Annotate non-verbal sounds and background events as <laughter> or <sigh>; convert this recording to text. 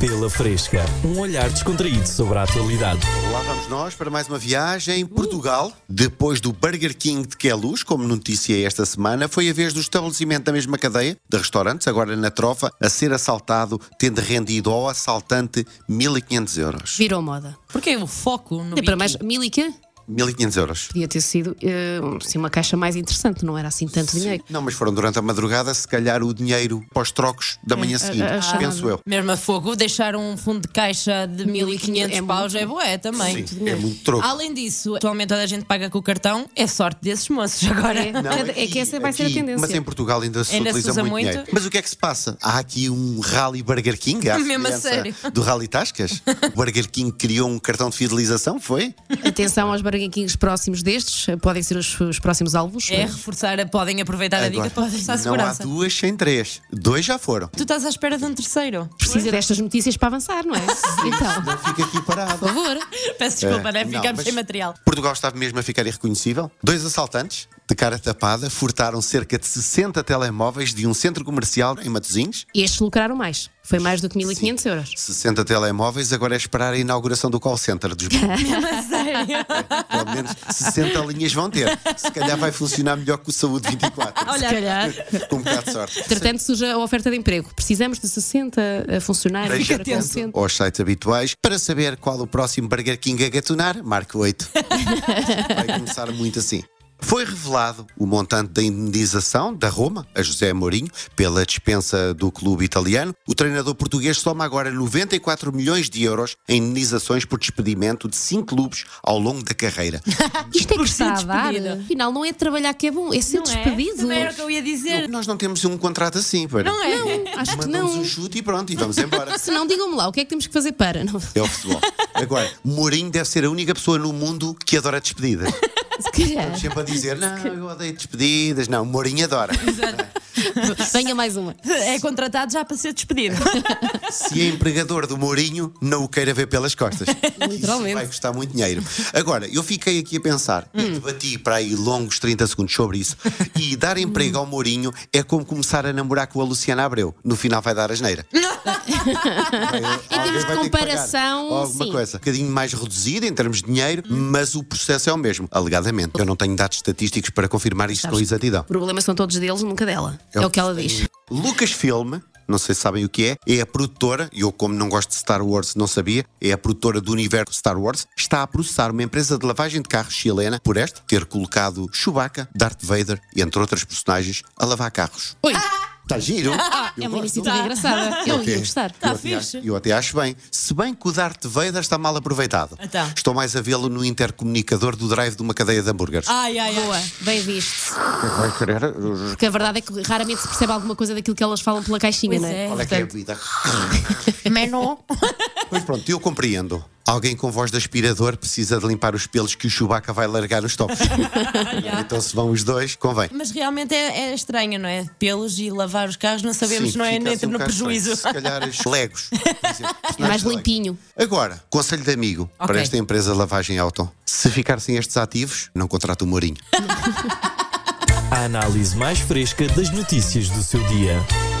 Pela Fresca, um olhar descontraído sobre a atualidade. Lá vamos nós para mais uma viagem. Portugal, depois do Burger King de Queluz, como notícia esta semana, foi a vez do estabelecimento da mesma cadeia de restaurantes, agora na Trofa, a ser assaltado, tendo rendido ao assaltante 1.500 euros. Virou moda. Porque o foco no E É, para biquíni. mais, mil e quê? 1.500 <laughs> euros. Podia ter sido eh, assim, uma caixa mais interessante, não era assim tanto dinheiro. Não, mas foram durante a madrugada, se calhar o dinheiro para os trocos da manhã seguinte, a- a chamada. penso eu. <laughs> Mesmo a fogo, deixar um fundo de caixa de 1500 É muito. paus é boé também. Sim, é muito troco. Além disso, atualmente toda a gente paga com o cartão, é sorte desses moços agora. É, é que essa vai ser a aqui, tendência. Mas em Portugal ainda se Ainda se utiliza usa muito, muito. dinheiro. Mas o que é que se passa? Há aqui um Rally Burger King, à <laughs> Mesmo a semelhança sério. do Rally <laughs> Tascas? o Burger King criou um cartão de fidelização, foi? Atenção aos Burger Kings próximos destes, eh, podem ser os, os próximos alvos. É reforçar, a- podem aproveitar a dica, podem estar a não há segurança. duas sem três. Dois já <laughs> foram. Tu estás à espera de um terceiro. Precisa destas notícias para avançar, não é? <laughs> Então, Fica aqui parado. por favor. Peço desculpa, É, né? não, Ficamos mas sem material. <laughs> Portugal estava mesmo a ficar irreconhecível. Dois assaltantes, de cara tapada, furtaram cerca de 60 telemóveis de um centro comercial em Matosinhos. E estes lucraram mais. Foi mais do que 1500 euros. 60 telemóveis, agora é esperar a inauguração do call center <laughs> dos A sério. Pelo menos 60 linhas vão ter. Se calhar vai funcionar melhor que o Saúde 24. Olha, Com um bocado de sorte. Entretanto, surge a oferta de emprego. Precisamos de 60 funcionários Fica para call atento. center. Aos sites habituais. Para saber qual o próximo Burger King a gatunar, marque 8. Vai começar muito assim. Foi revelado o montante da indemnização da Roma a José Mourinho pela dispensa do clube italiano. O treinador português soma agora 94 milhões de euros em indenizações por despedimento de cinco clubes ao longo da <laughs> carreira. Isto é que Por está ser a dar. despedido. Afinal, não é trabalhar que é bom, é ser Não é? despedido. Também era o que eu ia dizer. Nós não temos um contrato assim, para. Não é? Acho que Mandamos não. um chute e pronto, e vamos embora. Se não, digam-me lá, o que é que temos que fazer para? Não, se É o futebol. Agora, Mourinho deve ser a única pessoa no mundo que adora despedidas. calhar. Sempre a dizer, não, eu odeio despedidas. Não, Mourinho adora. <laughs> Venha mais uma. É contratado já para <laughs> ser despedido. Se é empregador do Mourinho, não o queira ver pelas costas. <laughs> Literalmente. Isso vai custar muito dinheiro. Agora, eu fiquei aqui a pensar, e Hum. debati para aí longos 30 segundos sobre isso, e Hum. dar emprego ao Mourinho é como começar a namorar com a Luciana Abreu. No final vai dar <laughs> asneira. Em termos de comparação, Ou alguma sim. Hum. coisa. Um bocadinho mais reduzida em termos de dinheiro, mas o processo é o mesmo, alegadamente. Eu não tenho dados estatísticos para confirmar isto com exatidão. Problemas são todos deles, nunca dela. É, o que ela <laughs> diz. Lucasfilm, não sei se sabem o que é, é a produtora, e eu como não gosto de Star Wars não sabia, é a produtora do universo Star Wars, está a processar uma empresa de lavagem de carros chilena por este ter colocado Chewbacca, Darth Vader, entre outras personagens, a lavar carros. Oi, Está Tá <laughs> giro? Eu é uma gosto. iniciativa <laughs> engraçada. Eu ia gostar. Eu Tá até, fixe. acho, eu até acho bem. Se bem que o Darth Vader está mal aproveitado. Então. Estou mais a vê-lo no intercomunicador do drive de uma cadeia de hambúrgueres. Ai, ai, Boa, ai. bem visto. Porque a verdade é que raramente se percebe alguma coisa daquilo que elas falam pela caixinha, Pois não é? é. Qual é que <laughs> é a vida? Menor. Pois pronto, eu compreendo. Alguém com voz de aspirador precisa de limpar os pelos que o Chewbacca vai largar nos <laughs> topos. então se vão os dois, convém. Mas realmente é, é estranho, não é? Pelos e lavar os carros, não sabemos, Sim, não é? fica Não assim Entra um no bocado prejuízo. estranho. Se <laughs> calhar os legos. por exemplo, É mais personagens de Lego. limpinho. Agora, conselho de amigo para Ok. esta empresa de lavagem auto. Se ficar sem estes ativos, não contrata o Mourinho. A análise mais fresca das notícias do seu dia.